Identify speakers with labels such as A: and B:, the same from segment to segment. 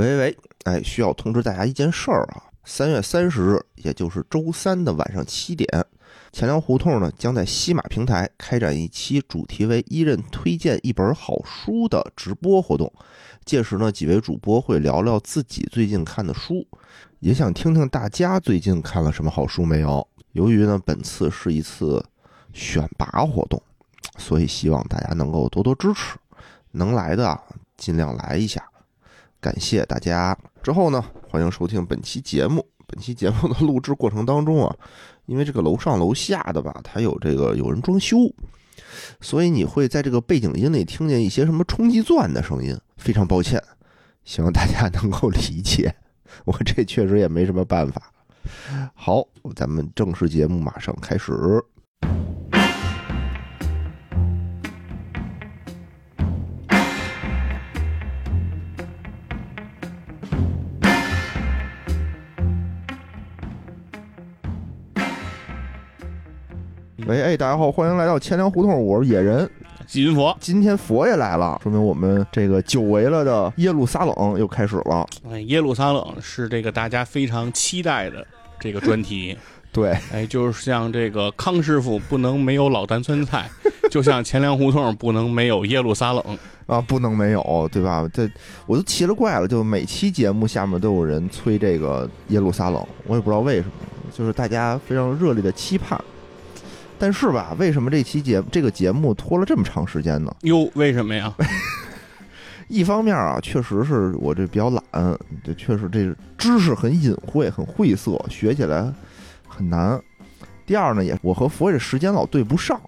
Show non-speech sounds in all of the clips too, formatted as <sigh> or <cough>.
A: 喂喂，哎，需要通知大家一件事儿啊，三月三十日，也就是周三的晚上七点，钱粮胡同呢将在西马平台开展一期主题为“一任推荐一本好书”的直播活动。届时呢，几位主播会聊聊自己最近看的书，也想听听大家最近看了什么好书没有。由于呢，本次是一次选拔活动，所以希望大家能够多多支持，能来的啊尽量来一下。感谢大家。之后呢，欢迎收听本期节目。本期节目的录制过程当中啊，因为这个楼上楼下的吧，它有这个有人装修，所以你会在这个背景音里听见一些什么冲击钻的声音。非常抱歉，希望大家能够理解。 <laughs> 我这确实也没什么办法。好，咱们正式节目马上开始。喂，哎，大家好，欢迎来到钱粮胡同，我是野人。
B: 纪云佛，
A: 今天佛爷来了，说明我们这个久违了的耶路撒冷又开始了。
B: 哎，耶路撒冷是这个大家非常期待的这个
A: <laughs>
B: 专题。
A: 对，
B: 哎，就是像这个康师傅不能没有老坛酸菜，就像钱粮胡同不能没有耶路撒冷。
A: 啊，不能没有，对吧？这我都奇了怪了，就每期节目下面都有人催这个耶路撒冷，我也不知道为什么，就是大家非常热烈的期盼。但是吧，为什么这期节这个节目拖了这么长时间呢？
B: 哟，为什么呀？
A: 一方面啊，确实是我这比较懒，这确实这知识很隐晦、很晦涩，学起来很难。第二呢，也我和佛爷这时间老对不上，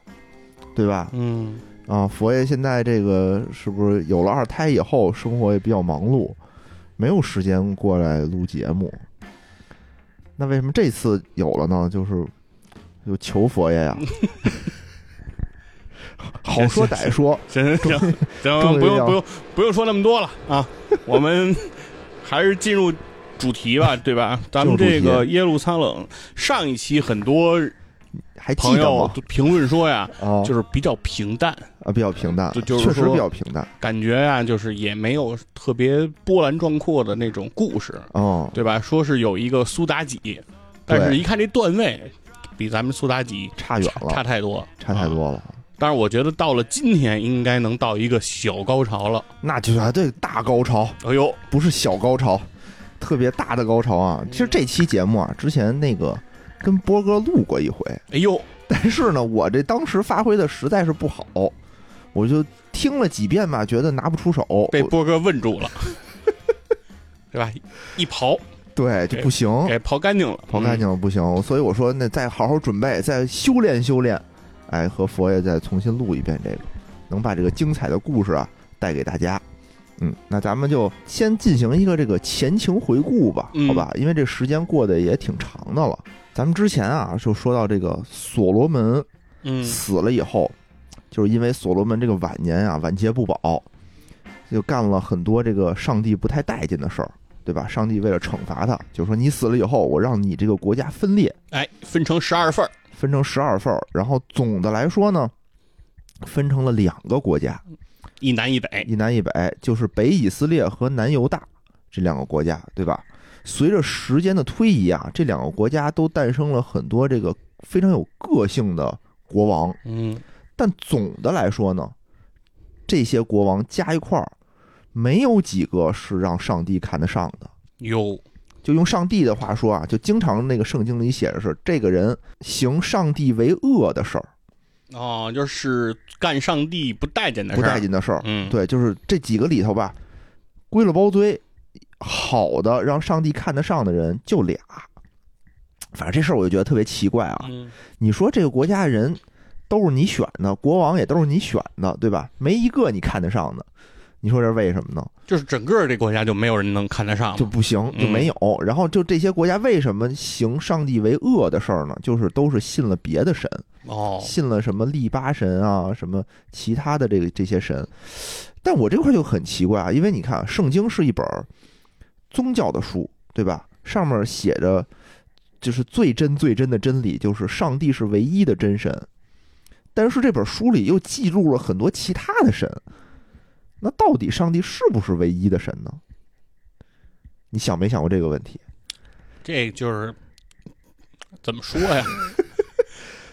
A: 对吧？
B: 嗯，
A: 啊，佛爷现在这个是不是有了二胎以后，生活也比较忙碌，没有时间过来录节目？那为什么这次有了呢？就是就求佛爷
B: <laughs>
A: 呀，好说歹说，
B: <laughs> 行
A: <laughs>
B: 行行
A: 终
B: 行，
A: 于
B: 不
A: 要
B: 用不用不用说那么多了
A: <laughs>
B: 啊，我们还是进入主题吧，对吧？咱们这个耶路撒冷上一期很多
A: 还记
B: 朋
A: 得
B: 友
A: 吗？
B: 评论说呀，
A: 啊，
B: 就是比较平淡，
A: 啊，比较平淡，
B: 就就是
A: 确实
B: 说
A: 比较平淡。
B: 感觉呀、就是也没有特别波澜壮阔的那种故事，
A: 哦，
B: 对吧？说是有一个苏妲己，但是一看这段位，比咱们苏妲己
A: 差远了，
B: 差太多，
A: 差太
B: 啊。
A: 多了。
B: 但是我觉得到了今天，应该能到一个小高潮了。
A: 那就是啊，对大高潮，
B: 哎呦，
A: 不是小高潮，特别大的高潮啊！其实这期节目啊，之前那个跟波哥录过一回，
B: 哎呦，
A: 但是呢，我这当时发挥的实在是不好，我就听了几遍吧，觉得拿不出手，
B: 被
A: 我
B: 波哥问
A: <laughs>
B: 住了，对吧？一刨
A: 对就不行，
B: 给刨干净了，
A: 哦刨干
B: 嗯。
A: 净了不行，所以我说那再好好准备，再修炼修炼，哎，和佛爷再重新录一遍这个，能把这个精彩的故事啊带给大家。嗯，那咱们就先进行一个这个前情回顾吧，
B: 嗯
A: 好吧？因为这时间过得也挺长的了。咱们之前啊就说到这个所罗门
B: 嗯，
A: 死了以后，就是因为所罗门这个晚年啊晚节不保，就干了很多这个上帝不太待见的事儿，对吧？上帝为了惩罚他，就说你死了以后，我让你这个国家分裂，
B: 哎，分成十二份儿
A: 分成十二份儿，然后总的来说呢，分成了两个国家，
B: 一南一北。
A: 一南一北，就是北以色列和南犹大这两个国家，对吧？随着时间的推移啊，这两个国家都诞生了很多这个非常有个性的国王，
B: 嗯，
A: 但总的来说呢，这些国王加一块儿，没有几个是让上帝看得上的。
B: 有
A: 就用上帝的话说啊，就经常那个圣经里写着是这个人行上帝为恶的事儿，
B: 哦，就是干上帝不待见的事
A: 不
B: 儿。
A: 带劲的事儿。
B: 嗯，
A: 对，就是这几个里头吧，归了包堆，好的让上帝看得上的人就俩。反正这事儿我就觉得特别奇怪啊，
B: 嗯，
A: 你说这个国家人都是你选的，国王也都是你选的，对吧？没一个你看得上的，你说这是为什么呢？
B: 就是整个这国家就没有人能看得上嘛，
A: 就不行，就没有。然后就这些国家为什么行上帝为恶的事儿呢？就是都是信了别的神，
B: 哦，
A: 信了什么利巴神啊，什么其他的这个这些神。但我这块就很奇怪啊，因为你看，圣经是一本儿宗教的书，对吧？上面写着就是最真最真的真理，就是上帝是唯一的真神。但是这本书里又记录了很多其他的神，那到底上帝是不是唯一的神呢？你想没想过这个问题？
B: 这就是怎么说呀？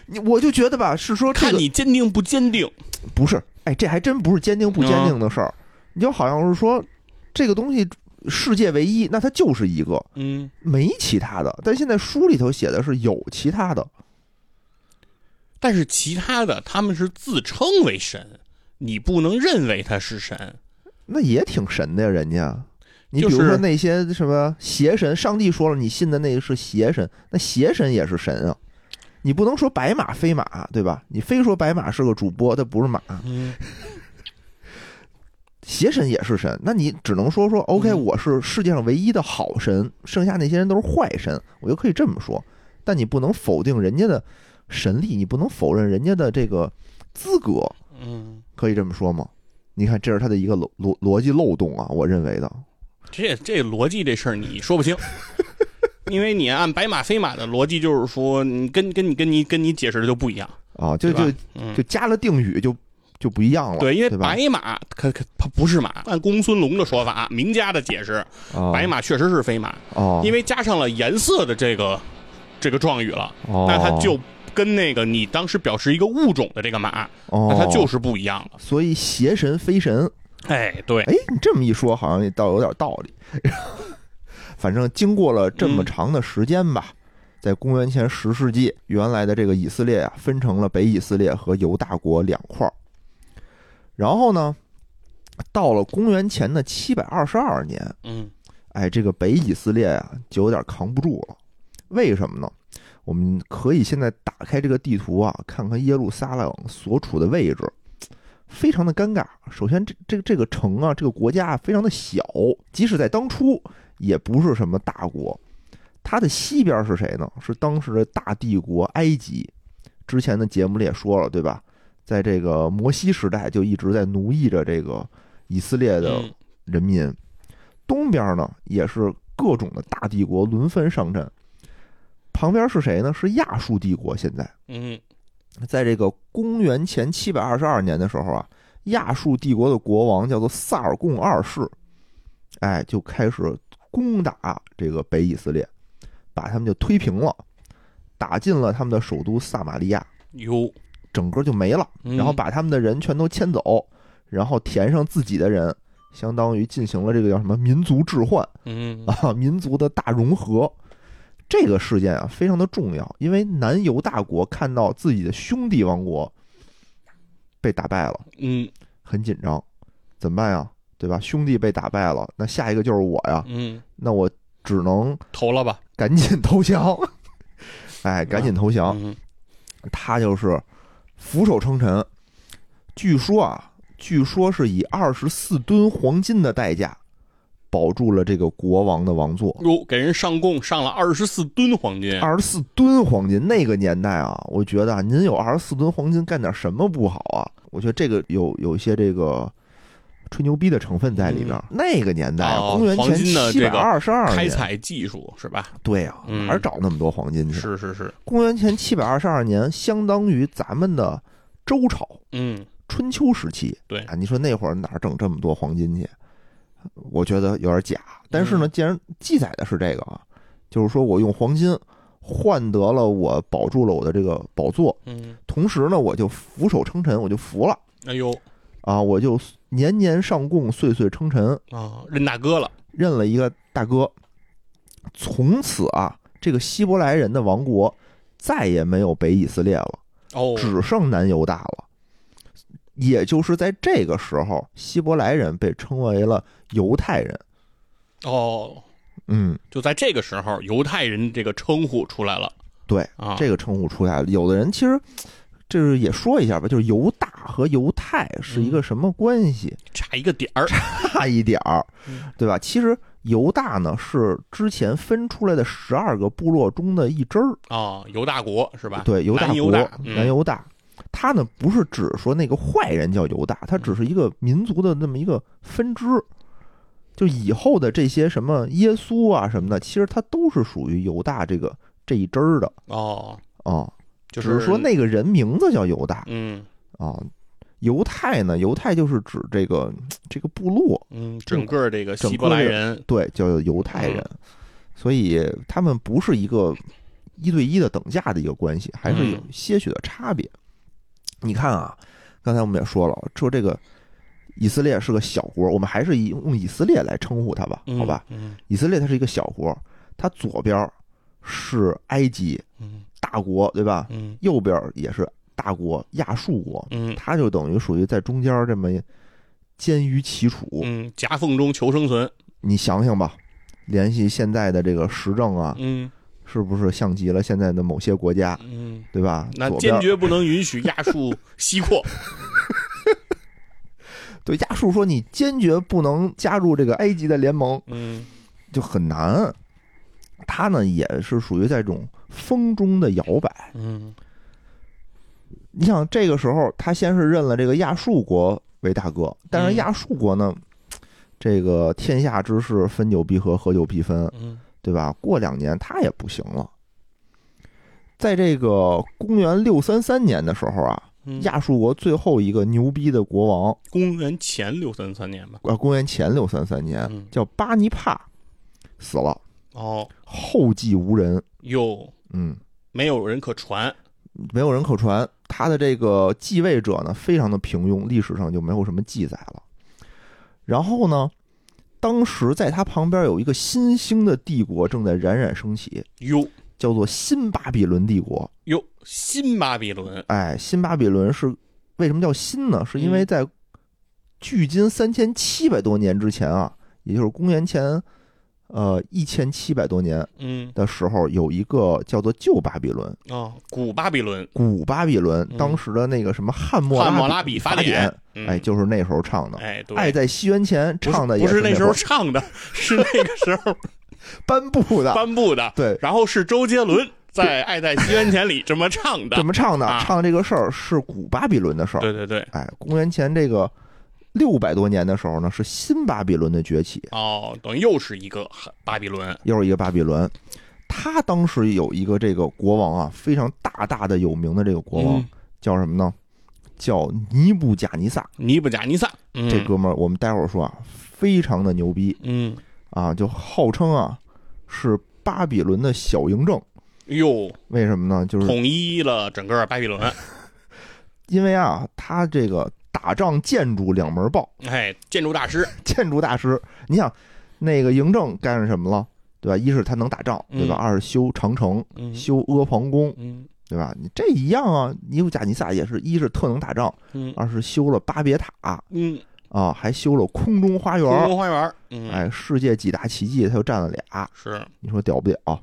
A: 你我就觉得吧，是说这
B: 看
A: 个
B: 你坚定不坚定。
A: 不是，哎，这还真不是坚定不
B: 嗯
A: 坚定的事儿，你就好像是说这个东西世界唯一，那它就是一个，
B: 嗯，
A: 没其他的。但现在书里头写的是有其他的，
B: 但是其他的他们是自称为神，你不能认为他是神。
A: 那也挺神的呀，人家。你比
B: 就是
A: 如说那些什么邪神，上帝说了，你信的那个是邪神，那邪神也是神啊。你不能说白马非马，对吧？你非说白马是个主播，它不是马。
B: 嗯，
A: 邪神也是神，那你只能说说 OK，
B: 嗯
A: 我是世界上唯一的好神，剩下那些人都是坏神，我就可以这么说。但你不能否定人家的神力，你不能否认人家的这个资格，
B: 嗯，
A: 可以这么说吗？你看，这是他的一个逻逻逻辑漏洞啊，我认为的。
B: 这这逻辑这事儿你说
A: <laughs>
B: 不清，因为你按白马非马的逻辑就是说，你跟跟你跟你跟你解释的就不一样，
A: 啊，就
B: 对吧
A: 就？
B: 嗯
A: 就。加了定语就就不一样了，
B: 对，因为
A: 吧
B: 白？马可可它不是马，按公孙龙的说法，名家的解释，
A: 啊
B: 白马确实是非马，
A: 哦，
B: 因为加上了颜色的这个这个状语了，
A: 哦
B: 那它就跟那个你当时表示一个物种的这个马，
A: 哦
B: 那，它就是不一样了。
A: 所以邪神非神，
B: 哎，对，
A: 哎，你这么一说，好像也倒有点道理。 <laughs> 反正经过了这么
B: 嗯
A: 长的时间吧，在公元前十世纪，原来的这个以色列啊，分成了北以色列和犹大国两块儿。然后呢，到了公元前的七百二十二年，
B: 嗯
A: 哎，这个北以色列啊，就有点扛不住了。为什么呢？我们可以现在打开这个地图啊，看看耶路撒冷所处的位置，非常的尴尬。首先，这这这个城啊，这个国家啊，非常的小，即使在当初也不是什么大国。它的西边是谁呢？是当时的大帝国埃及。之前的节目里也说了，对吧？在这个摩西时代就一直在奴役着这个以色列的
B: 嗯
A: 人民。东边呢也是各种的大帝国轮番上阵，旁边是谁呢？是亚述帝国。现在
B: 嗯
A: 在这个公元前七百二十二年的时候啊，亚述帝国的国王叫做萨尔贡二世，哎，就开始攻打这个北以色列，把他们就推平了，打进了他们的首都撒玛利亚，
B: 有，
A: 整个就没了。
B: 嗯
A: 然后把他们的人全都迁走，然后填上自己的人，相当于进行了这个叫什么民族置换
B: 嗯
A: 啊，民族的大融合。这个事件啊，非常的重要，因为南犹大国看到自己的兄弟王国被打败了，
B: 嗯
A: 很紧张，怎么办呀？对吧？兄弟被打败了，那下一个就是我呀，
B: 嗯，
A: 那我只能
B: 投了吧，
A: 赶紧 <laughs> 投降。哎，赶紧投降！
B: 嗯
A: 他就是俯首称臣。据说啊，据说是以二十四吨黄金的代价，保住了这个国王的王座。
B: 哟，给人上供上了二十四吨黄金，
A: 二十四吨黄金，那个年代啊，我觉得啊，您有二十四吨黄金干点什么不好啊？我觉得这个有有一些这个吹牛逼的成分在里边。那个年代啊，
B: 嗯哦
A: 公元前
B: 黄金的
A: 七
B: 这
A: 百
B: 个
A: 二十二年，
B: 开采技术是吧？
A: 对啊，
B: 嗯
A: 哪儿找那么多黄金去？
B: 是是是，
A: 公元前七百二十二年，相当于咱们的周朝。
B: 嗯
A: 春秋时期，
B: 对
A: 啊，你说那会儿哪儿整这么多黄金去？我觉得有点假。但是呢，既然记载的是这个啊，就是说我用黄金换得了我保住了我的这个宝座，
B: 嗯，
A: 同时呢，我就俯首称臣，我就服了
B: 哎呦
A: 啊，我就年年上供，岁岁称臣，
B: 啊，认大哥了，
A: 认了一个大哥。从此啊，这个希伯来人的王国再也没有北以色列了。
B: 哦，
A: 只剩南犹大了。也就是在这个时候，希伯来人被称为了犹太人。
B: 哦，
A: 嗯，
B: 就在这个时候，犹太人这个称呼出来了
A: 对，
B: 啊，
A: 这个称呼出来了。有的人其实就是也说一下吧，就是犹大和犹太是
B: 嗯
A: 一个什么关系， <laughs>
B: 差一个点儿，
A: 差一点儿
B: 嗯，
A: 对吧？其实犹大呢是之前分出来的十二个部落中的一支儿，
B: 啊，犹大国是吧？
A: 对，犹大
B: 南犹
A: 国
B: 大，嗯
A: 南犹大。他呢不是指说那个坏人叫犹大，他只是一个民族的那么一个分支。就以后的这些什么耶稣啊什么的，其实他都是属于犹大这个这一支儿的
B: 哦，
A: 啊，
B: 就
A: 只是说那个人名字叫犹大
B: 嗯
A: 啊。犹太呢，犹太就是指这个这个部落，
B: 嗯，整个这个希伯来人，
A: 对，叫犹太人，所以他们不是一个一对一的等价的一个关系，还是有些许的差别。你看啊，刚才我们也说了，说这个以色列是个小国，我们还是以用以色列来称呼它吧，好吧？
B: 嗯，
A: 以色列它是一个小国，它左边是埃及
B: 嗯
A: 大国，对吧？
B: 嗯
A: 右边也是大国亚述国，
B: 嗯
A: 它就等于属于在中间这么坚于其楚。
B: 嗯，夹缝中求生存，
A: 你想想吧，联系现在的这个时政啊，
B: 嗯
A: 是不是像极了现在的某些国家，
B: 嗯，
A: 对吧？
B: 那
A: 左边
B: 坚决不能允许亚述
A: <laughs>
B: 西扩，
A: 对亚述说你坚决不能加入这个埃及的联盟，
B: 嗯
A: 就很难。它呢也是属于在这种风中的摇摆。
B: 嗯
A: 你想这个时候，他先是认了这个亚述国为大哥，但是
B: 嗯
A: 亚述国呢，这个天下之事分久必合，合久必分，
B: 嗯
A: 对吧？过两年他也不行了。在这个公元六三三年的时候啊，
B: 嗯，
A: 亚述国最后一个牛逼的国王，
B: 公元前六三三年吧，
A: 呃，公元前六三三年
B: 嗯
A: 叫巴尼帕，死了，
B: 哦，
A: 后继无人，
B: 又
A: 嗯，
B: 没有人可传，
A: 没有人可传。他的这个继位者呢，非常的平庸，历史上就没有什么记载了。然后呢，当时在他旁边有一个新兴的帝国正在冉冉升起，
B: 哟
A: 叫做新巴比伦帝国。
B: 哟，新巴比伦，
A: 哎，新巴比伦是为什么叫新呢？是因
B: 嗯
A: 为在距今三千七百多年之前啊，也就是公元前呃一千七百多年
B: 嗯
A: 的时候，有一个叫做旧巴比伦、
B: 哦，古巴比伦，
A: 古巴比伦，
B: 嗯
A: 当时的那个什么汉谟
B: 汉谟
A: 拉
B: 拉比法典
A: 典，
B: 嗯
A: 哎，就是那时候唱的。
B: 哎，对，
A: 爱在西元前
B: 不是
A: 唱的也
B: 不是
A: 那
B: 那时
A: 会
B: 候
A: 儿
B: 唱的， <laughs> 是那个时候
A: 颁布的，
B: 颁布的，
A: 对，
B: 然后是周杰伦在《爱在西元前》里这么唱的
A: 怎，么唱的？
B: 啊
A: 唱这个事儿是古巴比伦的事儿。
B: 对对对，
A: 哎，公元前这个六百多年的时候呢，是新巴比伦的崛起，
B: 哦，等于又是一个巴比伦，
A: 又是一个巴比伦。他当时有一个这个国王啊，非常大大的有名的这个国王、
B: 嗯
A: 叫什么呢？叫尼布贾尼撒。
B: 尼布贾尼撒，嗯
A: 这哥们儿，我们待会儿说啊，非常的牛逼
B: 嗯，
A: 啊，就号称啊是巴比伦的小嬴政。
B: 又
A: 为什么呢？就是
B: 统一了整个巴比伦，
A: 因为啊，他这个打仗建筑两门儿爆， <laughs>
B: 哎，建筑大师，
A: 建筑大师。你想，那个嬴政干什么了？对吧？一是他能打仗，对吧？
B: 嗯
A: 二是修长城，
B: 嗯
A: 修阿房宫，
B: 嗯
A: 对吧？你这一样啊，尼布贾尼撒也是一是特能打仗，
B: 嗯
A: 二是修了巴别塔
B: 嗯，
A: 啊，还修了空中花
B: 故
A: 园。
B: 宫花园，嗯，
A: 哎，世界几大奇迹，他就占了俩，
B: 是，
A: 你说屌不屌？啊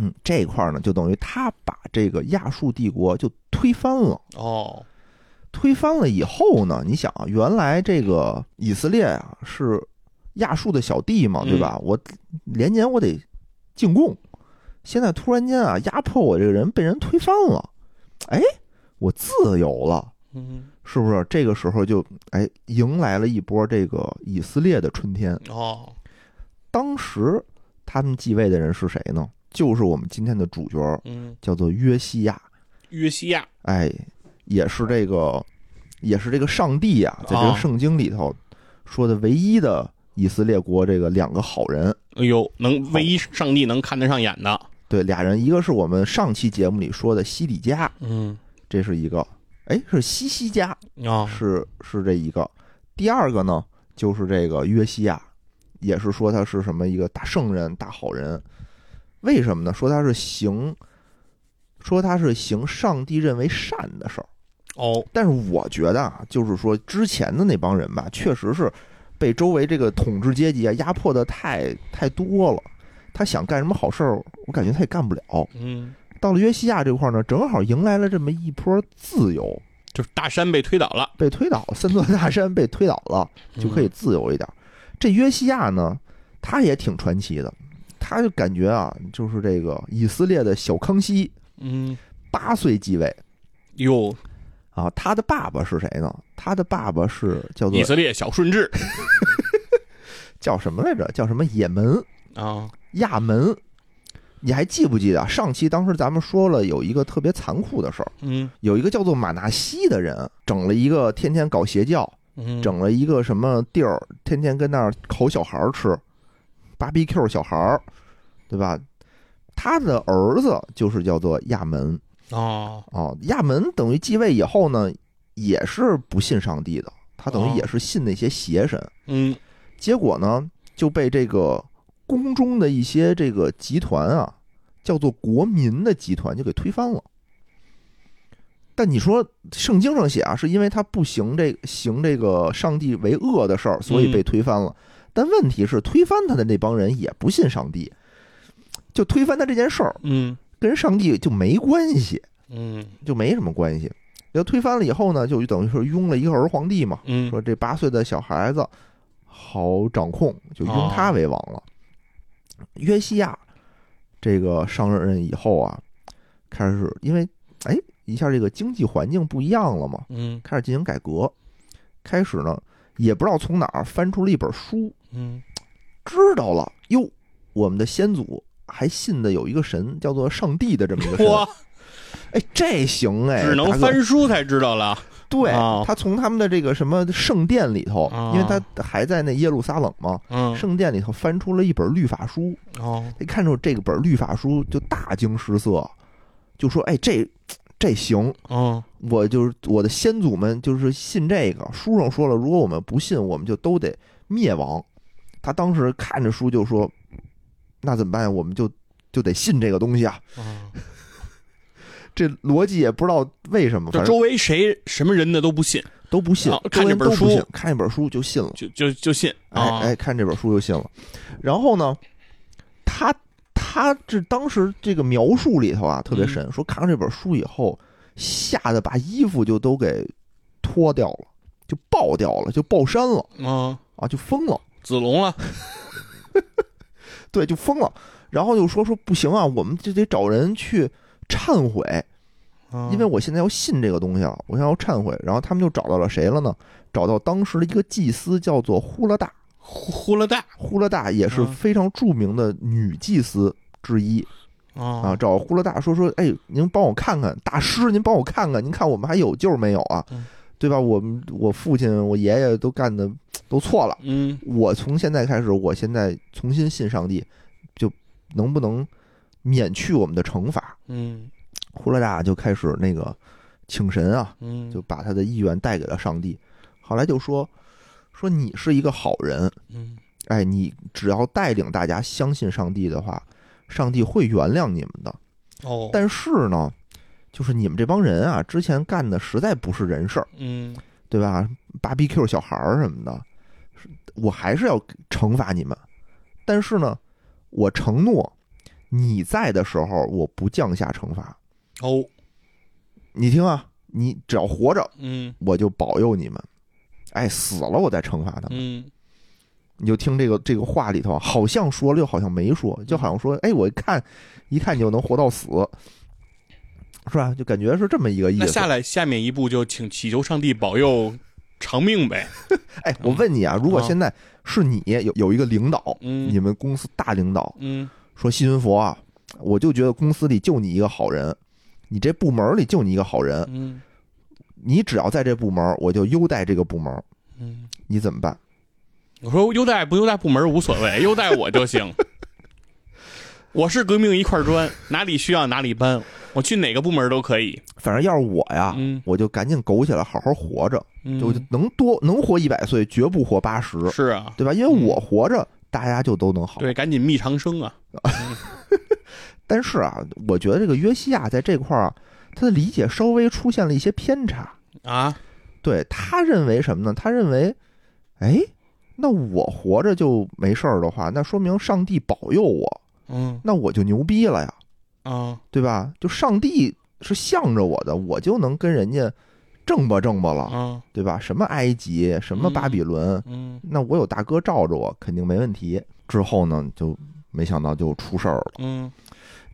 A: 嗯，这块儿呢，就等于他把这个亚述帝国就推翻了。
B: 哦，
A: 推翻了以后呢，你想啊，原来这个以色列啊是亚述的小弟嘛，
B: 嗯
A: 对吧？我连年我得进贡，现在突然间啊，压迫我这个人被人推翻了，哎，我自由了，
B: 嗯，
A: 是不是？这个时候就哎，迎来了一波这个以色列的春天。
B: 哦，
A: 当时他们继位的人是谁呢？就是我们今天的主角，
B: 嗯，
A: 叫做约西亚。
B: 约西亚，
A: 哎，也是这个，也是这个上帝啊，在这个
B: 啊
A: 圣经里头说的唯一的以色列国这个两个好人，
B: 哎呦，能唯一上帝能看得上眼的，
A: 对，俩人，一个是我们上期节目里说的西底家，
B: 嗯，
A: 这是一个，哎，是西西家，
B: 哦，
A: 是是这一个，第二个呢就是这个约西亚，也是说他是什么一个大圣人、大好人，为什么呢？说他是行，说他是行上帝认为善的事儿。
B: 哦，
A: 但是我觉得啊，就是说之前的那帮人吧，确实是被周围这个统治阶级啊压迫的太太多了。他想干什么好事儿，我感觉他也干不了。
B: 嗯，
A: 到了约西亚这块儿呢，正好迎来了这么一波自由，
B: 就是大山被推倒了，
A: 被推倒，三座大山被推倒了，
B: 嗯
A: 就可以自由一点儿。这约西亚呢，他也挺传奇的，他就感觉啊，就是这个以色列的小康熙，
B: 嗯，嗯，
A: 八岁继位
B: 哟，
A: 啊。他的爸爸是谁呢？他的爸爸是叫做
B: 以色列小顺治
A: 叫什么来着？叫什么也门
B: 啊，
A: 亚门，你还记不记得啊上期当时咱们说了有一个特别残酷的事儿，
B: 嗯
A: 有一个叫做马纳西的人，整了一个天天搞邪教，
B: 嗯，
A: 整了一个什么地儿，天天跟那儿烤小孩儿吃，BBQ 小孩儿，对吧？他的儿子就是叫做亚门
B: 哦，
A: 哦，亚门等于继位以后呢，也是不信上帝的，他等
B: 哦
A: 于也是信那些邪神，
B: 嗯
A: 结果呢就被这个宫中的一些这个集团啊，叫做国民的集团就给推翻了。但你说圣经上写啊，是因为他不行这行这个上帝为恶的事儿，所以被推翻了。但问题是，推翻他的那帮人也不信上帝，就推翻他这件事儿
B: 嗯
A: 跟上帝就没关系，
B: 嗯
A: 就没什么关系。要推翻了以后呢，就等于说拥了一个儿皇帝嘛，
B: 嗯，
A: 说这八岁的小孩子好掌控，
B: 哦
A: 就拥他为王了。约西亚这个上任以后啊，开始因为哎一下这个经济环境不一样了嘛，
B: 嗯
A: 开始进行改革。开始呢也不知道从哪儿翻出了一本书，
B: 嗯
A: 知道了哟，我们的先祖还信的有一个神叫做上帝的这么一个神，
B: 哇，
A: 哎这行哎，
B: 只能
A: 大哥
B: 翻书才知道了，
A: 对
B: 哦，
A: 他从他们的这个什么圣殿里头
B: 哦，
A: 因为他还在那耶路撒冷嘛，
B: 嗯
A: 圣殿里头翻出了一本律法书，
B: 哦，
A: 他一看出这本律法书就大惊失色，就说：“哎，这这行，
B: 哦，
A: 我就是我的先祖们就是信这个书上说了，如果我们不信，我们就都得灭亡。”他当时看着书就说：“那怎么办？我们就就得信这个东西啊！
B: 哦
A: 这逻辑也不知道为什么，
B: 就
A: 反
B: 周
A: 正
B: 围谁什么人的都不信，
A: 都不信
B: 哦，
A: 周围人
B: 看这本
A: 都不信
B: 书
A: 看一本书就信了。”
B: 就就就信
A: 哎
B: 啊，
A: 哎，看这本书就信了。然后呢，他他这当时这个描述里头啊特别神，说看完这本书以后，吓得把衣服就都给脱掉了，就爆掉了，就爆衫了
B: 哦，
A: 啊，就疯了，
B: 子龙了，
A: 对，就疯了。然后就说说不行啊，我们就得找人去忏悔，
B: 哦嗯
A: 因为我现在要信这个东西了，我现在要忏悔。然后他们就找到了谁了呢？找到当时的一个祭司，叫做呼勒大。
B: 呼呼了蛋
A: 呼勒大也是
B: 嗯
A: 非常著名的女祭司之一啊
B: 啊，
A: 找呼勒大说说，哎，您帮我看看，大师，您帮我看看，您看我们还有救没有啊
B: 嗯？
A: 对吧？我们我父亲、我爷爷都干的都错了，
B: 嗯
A: 我从现在开始，我现在重新信上帝，就能不能免去我们的惩罚？
B: 嗯
A: 呼勒大就开始那个请神啊，
B: 嗯，
A: 就把他的意愿带给了上帝。后来就说说你是一个好人，
B: 嗯
A: 哎，你只要带领大家相信上帝的话，上帝会原谅你们的。
B: 哦，
A: 但是呢，就是你们这帮人啊，之前干的实在不是人事儿，
B: 嗯
A: 对吧？BBQ 小孩儿什么的，是我还是要惩罚你们。但是呢，我承诺，你在的时候我不降下惩罚。
B: 哦
A: 你听啊，你只要活着，
B: 嗯
A: 我就保佑你们。哎，死了我再惩罚他们。
B: 嗯
A: 你就听这个这个话里头啊，好像说了又好像没说，
B: 嗯
A: 就好像说，哎，我一看一看你就能活到死，是吧？就感觉是这么一个意
B: 那
A: 思
B: 下。来下面一步就请祈求上帝保佑长命呗。
A: 哎，我问你啊，如果现在是你有有一个领导，
B: 嗯
A: 你们公司大领导
B: 嗯
A: 说西云佛啊，我就觉得公司里就你一个好人，你这部门里就你一个好人，
B: 嗯
A: 你只要在这部门，我就优待这个部门，
B: 嗯，
A: 你怎么办？
B: 我说优待不优待部门无所谓，优待我
A: <laughs>
B: 就行。我是革命一块砖，哪里需要哪里搬，我去哪个部门都可以。
A: 反正要是我呀，
B: 嗯
A: 我就赶紧苟起来，好好活着，
B: 嗯，
A: 就能多能活一百岁，绝不活八十。
B: 是啊，
A: 对吧？因为
B: 嗯
A: 我活着，大家就都能好。
B: 对，赶紧觅长生啊。
A: 但是啊，我觉得这个约西亚在这块儿啊，他的理解稍微出现了一些偏差。
B: 啊，
A: 对他认为什么呢？他认为，哎，那我活着就没事儿的话，那说明上帝保佑我，
B: 嗯
A: 那我就牛逼了呀，
B: 啊，
A: 对吧？就上帝是向着我的，我就能跟人家正吧正吧了，
B: 啊，
A: 对吧？什么埃及，什么巴比伦，
B: 嗯
A: 那我有大哥罩着我，肯定没问题。之后呢，就没想到就出事儿了。
B: 嗯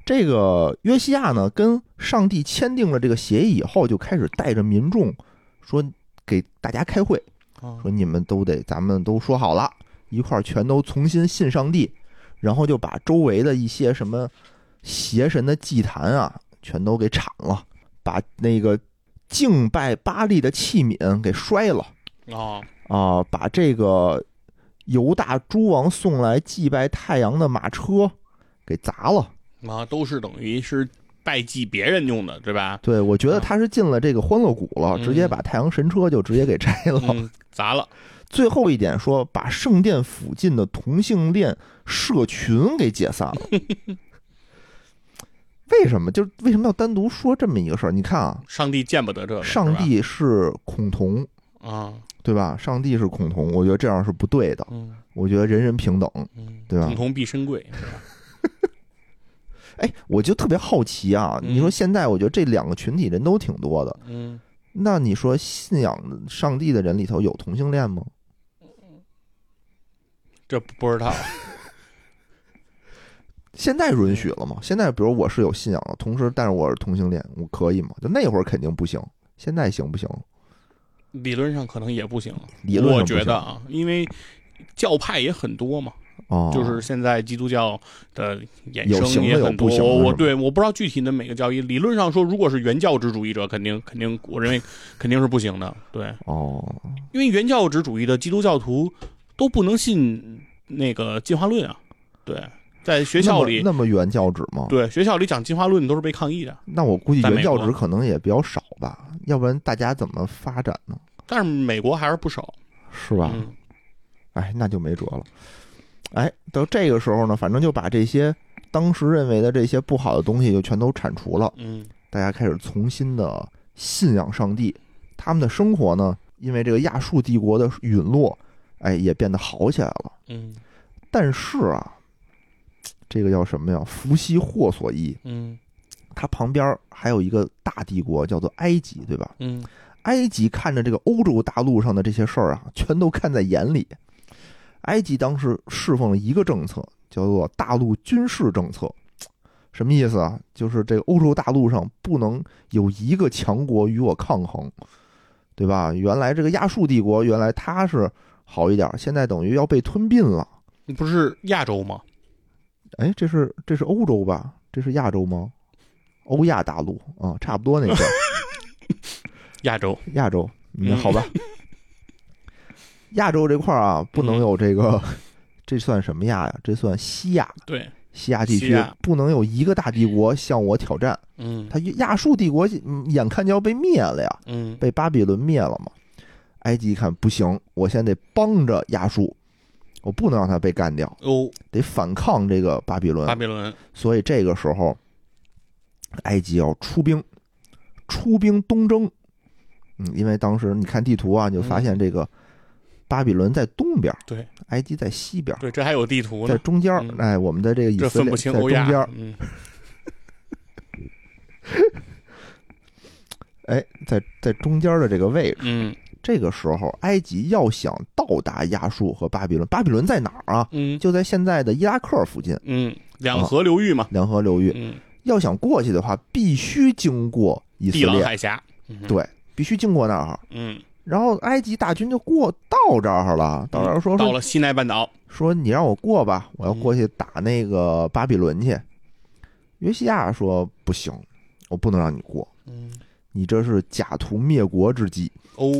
A: 这个约西亚呢，跟上帝签订了这个协议以后，就开始带着民众说，给大家开会，
B: 啊
A: 说你们都得，咱们都说好了，一块儿全都重新信上帝，然后就把周围的一些什么邪神的祭坛啊，全都给铲了，把那个敬拜巴利的器皿给摔了
B: 哦，
A: 啊，把这个犹大诸王送来祭拜太阳的马车给砸了。
B: 啊，都是等于是拜祭别人用的，
A: <laughs>
B: 对吧？
A: 对，我觉得他是进了这个欢乐谷了，
B: 嗯
A: 直接把太阳神车就直接给拆了。
B: 嗯，砸了，
A: 最后一点说，把圣殿附近的同性恋社群给解散了。为什么？就是为什么要单独说这么一个事儿？你看啊，
B: 上帝见不得这个，
A: 上帝是恐同，
B: 是吧啊，
A: 对吧？上帝是恐同，我觉得这样是不对的。
B: 嗯
A: 我觉得人人平等。
B: 嗯，
A: 对吧
B: 共同必身贵，是吧
A: 哎，我就特别好奇啊，
B: 嗯
A: 你说现在我觉得这两个群体人都挺多的，
B: 嗯，
A: 那你说信仰上帝的人里头有同性恋吗？
B: 这不不知道，
A: 现在允许了吗？
B: 嗯
A: 现在比如我是有信仰的，同时但是我是同性恋，我可以吗？就那会儿肯定不行，现在行不行？
B: 理论上可能也不行，
A: 理论上
B: 我
A: 不行
B: 觉得啊，因为教派也很多嘛，
A: 哦，
B: 就是现在基督教的衍
A: 有行
B: 生
A: 的
B: 也
A: 有
B: 很多。
A: 不行的
B: 我
A: 是
B: 我
A: 吗
B: 对我不知道具体的每个教义，理论上说，如果是原教旨主义者，肯定肯定，我认为 <laughs> 肯定是不行的。对，
A: 哦，
B: 因为原教旨主义的基督教徒都不能信那个进化论啊。对，在学校里，
A: 那么那么原教旨吗？，
B: 对学校里讲进化论都是被抗议的。
A: 那我估计
B: 在
A: 原
B: 美国
A: 教旨可能也比较少吧，要不然大家怎么发展呢？
B: 但是美国还是不少，
A: 是吧？
B: 嗯
A: 哎，那就没辙了。哎，到这个时候呢，反正就把这些当时认为的这些不好的东西就全都铲除了，
B: 嗯
A: 大家开始重新的信仰上帝。他们的生活呢，因为这个亚述帝国的陨落，哎，也变得好起来了。
B: 嗯
A: 但是啊，这个叫什么呀？伏羲霍索伊，
B: 嗯
A: 它旁边还有一个大帝国叫做埃及，对吧？
B: 嗯
A: 埃及看着这个欧洲大陆上的这些事儿啊，全都看在眼里。埃及当时侍奉了一个政策，叫做大陆军事政策。什么意思啊？就是这个欧洲大陆上不能有一个强国与我抗衡，对吧？原来这个亚述帝国，原来它是好一点，现在等于要被吞并了。
B: 嗯，不是亚洲吗？
A: 哎，这是这是欧洲吧？这是亚洲吗？欧亚大陆啊、差不多那个。
B: 亚洲，
A: 亚洲，嗯，
B: 嗯
A: 好
B: <laughs>
A: 吧。亚洲这块儿啊，不能有这
B: 嗯
A: 个， <laughs> 这算什么亚呀？这算西亚，
B: 对，
A: 西亚地
B: 西
A: 区
B: 亚
A: 不能有一个大帝国向我挑战。
B: 嗯
A: 他亚述帝国嗯眼看就要被灭了呀，
B: 嗯
A: 被巴比伦灭了嘛。埃及一看不行，我现在得帮着亚述，我不能让他被干掉，
B: 哦，
A: 得反抗这个巴比伦
B: 巴。比伦，
A: 所以这个时候，埃及要出兵，出兵东征。嗯，因为当时你看地图啊，你就发现这个巴比伦在东边，
B: 嗯对，
A: 埃及在西边，
B: 对，这还有地图
A: 在
B: 呢，
A: 中间儿
B: 嗯。
A: 哎，我们的这个以
B: 这
A: 色
B: 分
A: 列
B: 不清
A: 在中
B: 欧
A: 间
B: 亚
A: 儿，，
B: 嗯
A: 哎，在在中间儿的这个位置。
B: 嗯
A: 这个时候，埃及要想到达亚述和巴比伦，巴比伦在哪儿啊？
B: 嗯
A: 就在现在的伊拉克附近，
B: 嗯，两河流域嘛，
A: 两河流域。
B: 嗯，
A: 要想过去的话，必须经过以
B: 地
A: 色
B: 朗
A: 列，
B: 海峡，嗯
A: 对必须经过那儿。
B: 嗯，
A: 然后埃及大军就过到这儿了，到这儿说
B: 到
A: 说
B: 了西奈半岛，
A: 说你让我过吧，我要过去打那个巴比伦去。约西亚说不行，我不能让你过，
B: 嗯，
A: 你这是假途灭国之计。
B: 欧，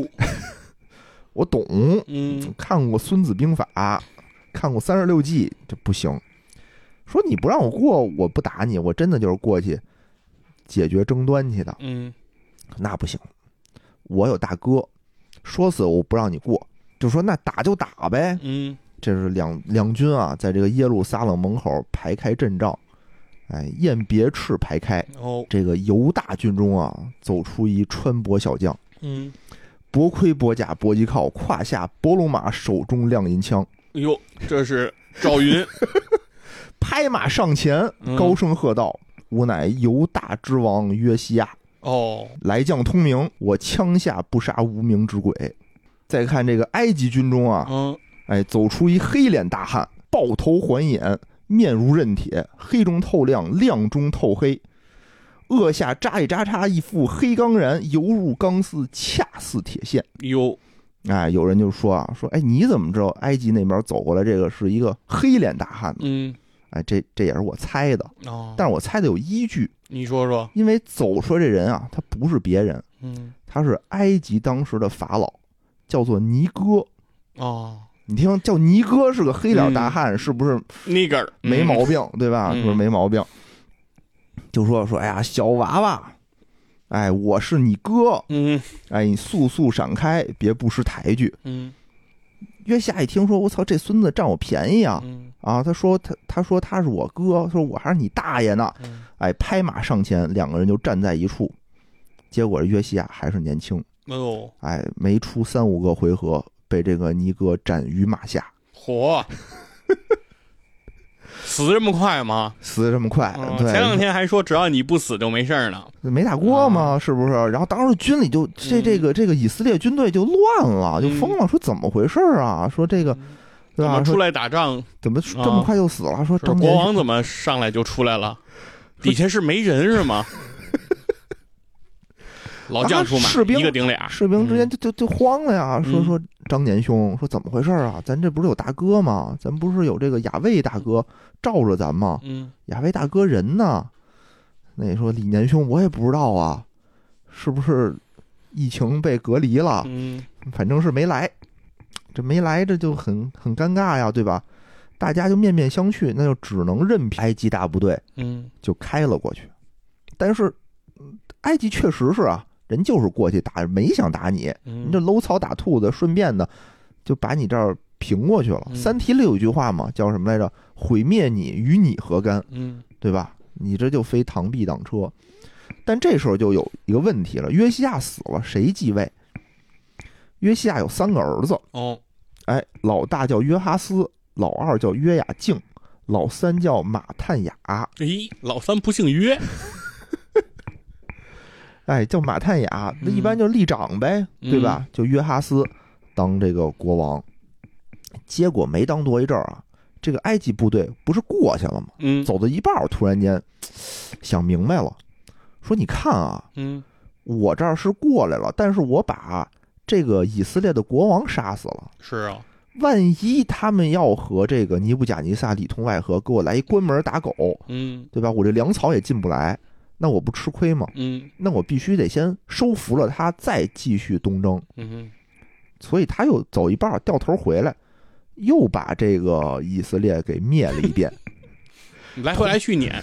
A: 我懂，
B: 哦嗯
A: 看过《孙子兵法》，看过《三十六计》，这不行。说你不让我过，我不打你，我真的就是过去解决争端去的。
B: 嗯
A: 那不行，我有大哥，说死我不让你过，就说那打就打呗。
B: 嗯
A: 这是两两军啊，在这个耶路撒冷门口排开阵仗，哎，雁别翅排开。
B: 欧，
A: 这个犹大军中啊，走出一穿帛小将，
B: 嗯，
A: 薄盔薄甲薄衣靠，胯下伯龙马，手中亮银枪，
B: 哎呦，这是赵云，
A: 拍马上前，
B: 嗯
A: 高声喝道：“吾乃犹大之王约西亚，
B: 哦，
A: 来将通明，我枪下不杀无名之鬼。”再看这个埃及军中啊，
B: 嗯，
A: 哎，走出一黑脸大汉，抱头还眼，面如刃铁，黑中透亮，亮中透黑，颚下扎里扎叉，一副黑钢然，犹如钢丝，恰似铁线。
B: 哟，
A: 哎，有人就说啊，说哎，你怎么知道埃及那边走过来这个是一个黑脸大汉呢？
B: 嗯
A: 哎，这这也是我猜的，
B: 哦，
A: 但是我猜的有依据，
B: 你说说，
A: 因为走出来这人啊，他不是别人，
B: 嗯，
A: 他是埃及当时的法老，叫做尼哥。
B: 哦，
A: 你听，叫尼哥是个黑脸大汉，是不是
B: 那个儿
A: 没毛，病，对吧？
B: 嗯
A: 是不是没毛病？就说说，哎呀，小娃娃，哎，我是你哥，
B: 嗯
A: 哎，你速速闪开，别不识抬举。
B: 嗯
A: 约夏一听说，我操，这孙子占我便宜啊！
B: 嗯
A: 啊，他说他他说他是我哥，说我还是你大爷呢！
B: 嗯，
A: 哎，拍马上前，两个人就站在一处。结果约西亚还是年轻，
B: 哎呦，
A: 哎，没出三五个回合，被这个尼哥斩于马下，
B: <laughs> 火，啊死这么快吗？
A: 死得这么快，
B: 嗯
A: 对，
B: 前两天还说只要你不死就没事儿呢，
A: 没打过吗？是不是？然后当时军里就这
B: 啊嗯
A: 这个这个以色列军队就乱了，就
B: 嗯
A: 疯了，说怎么回事儿啊？说这个对
B: 怎
A: 吧？
B: 么出
A: 说
B: 来打仗？
A: 怎么这么快就死了？说
B: 是
A: 张
B: 啊国
A: 年
B: 王怎么上来就出来了？底下是没人是吗？ <laughs> 老将出马，
A: 啊士兵
B: 一个顶俩，
A: 士兵之间就就就慌了呀，说
B: 嗯
A: 说张年兄，说怎么回事儿啊？咱这不是有大哥吗？咱不是有这个雅卫大哥罩着咱吗？
B: 嗯，
A: 雅卫大哥人呢？那你说李年兄，我也不知道啊，是不是疫情被隔离了？
B: 嗯
A: 反正是没来，这没来这就很很尴尬呀，对吧？大家就面面相觑，那就只能任凭埃及大部队
B: 嗯
A: 就开了过去。但是嗯埃及确实是啊，人就是过去打，没想打你，
B: 嗯，
A: 你这搂草打兔子，顺便的就把你这儿平过去了。
B: 嗯
A: 三体》里有一句话嘛，叫什么来着？毁灭你与你何干，
B: 嗯
A: 对吧？你这就非螳臂挡车。但这时候就有一个问题了：约西亚死了，谁继位？约西亚有三个儿子，
B: 哦，
A: 哎，老大叫约哈斯，老二叫约雅敬，老三叫马探雅。
B: 咦，老三不姓约，
A: 哎，叫马探雅，那一般就是立长呗，
B: 嗯
A: 对吧？就约哈斯当这个国王。结果没当多一阵儿啊，这个埃及部队不是过去了吗？
B: 嗯
A: 走到一半儿，突然间嘖想明白了，说你看啊，
B: 嗯
A: 我这儿是过来了，但是我把这个以色列的国王杀死了。
B: 是啊，
A: 万一他们要和这个尼布甲尼撒里通外合，给我来一关门打狗，
B: 嗯
A: 对吧？我这粮草也进不来，那我不吃亏吗？
B: 嗯
A: 那我必须得先收服了他，再继续东征。
B: 嗯
A: 所以他又走一半儿，掉头回来，又把这个以色列给灭了一
B: <laughs>
A: 遍。
B: 哼，来回来去撵，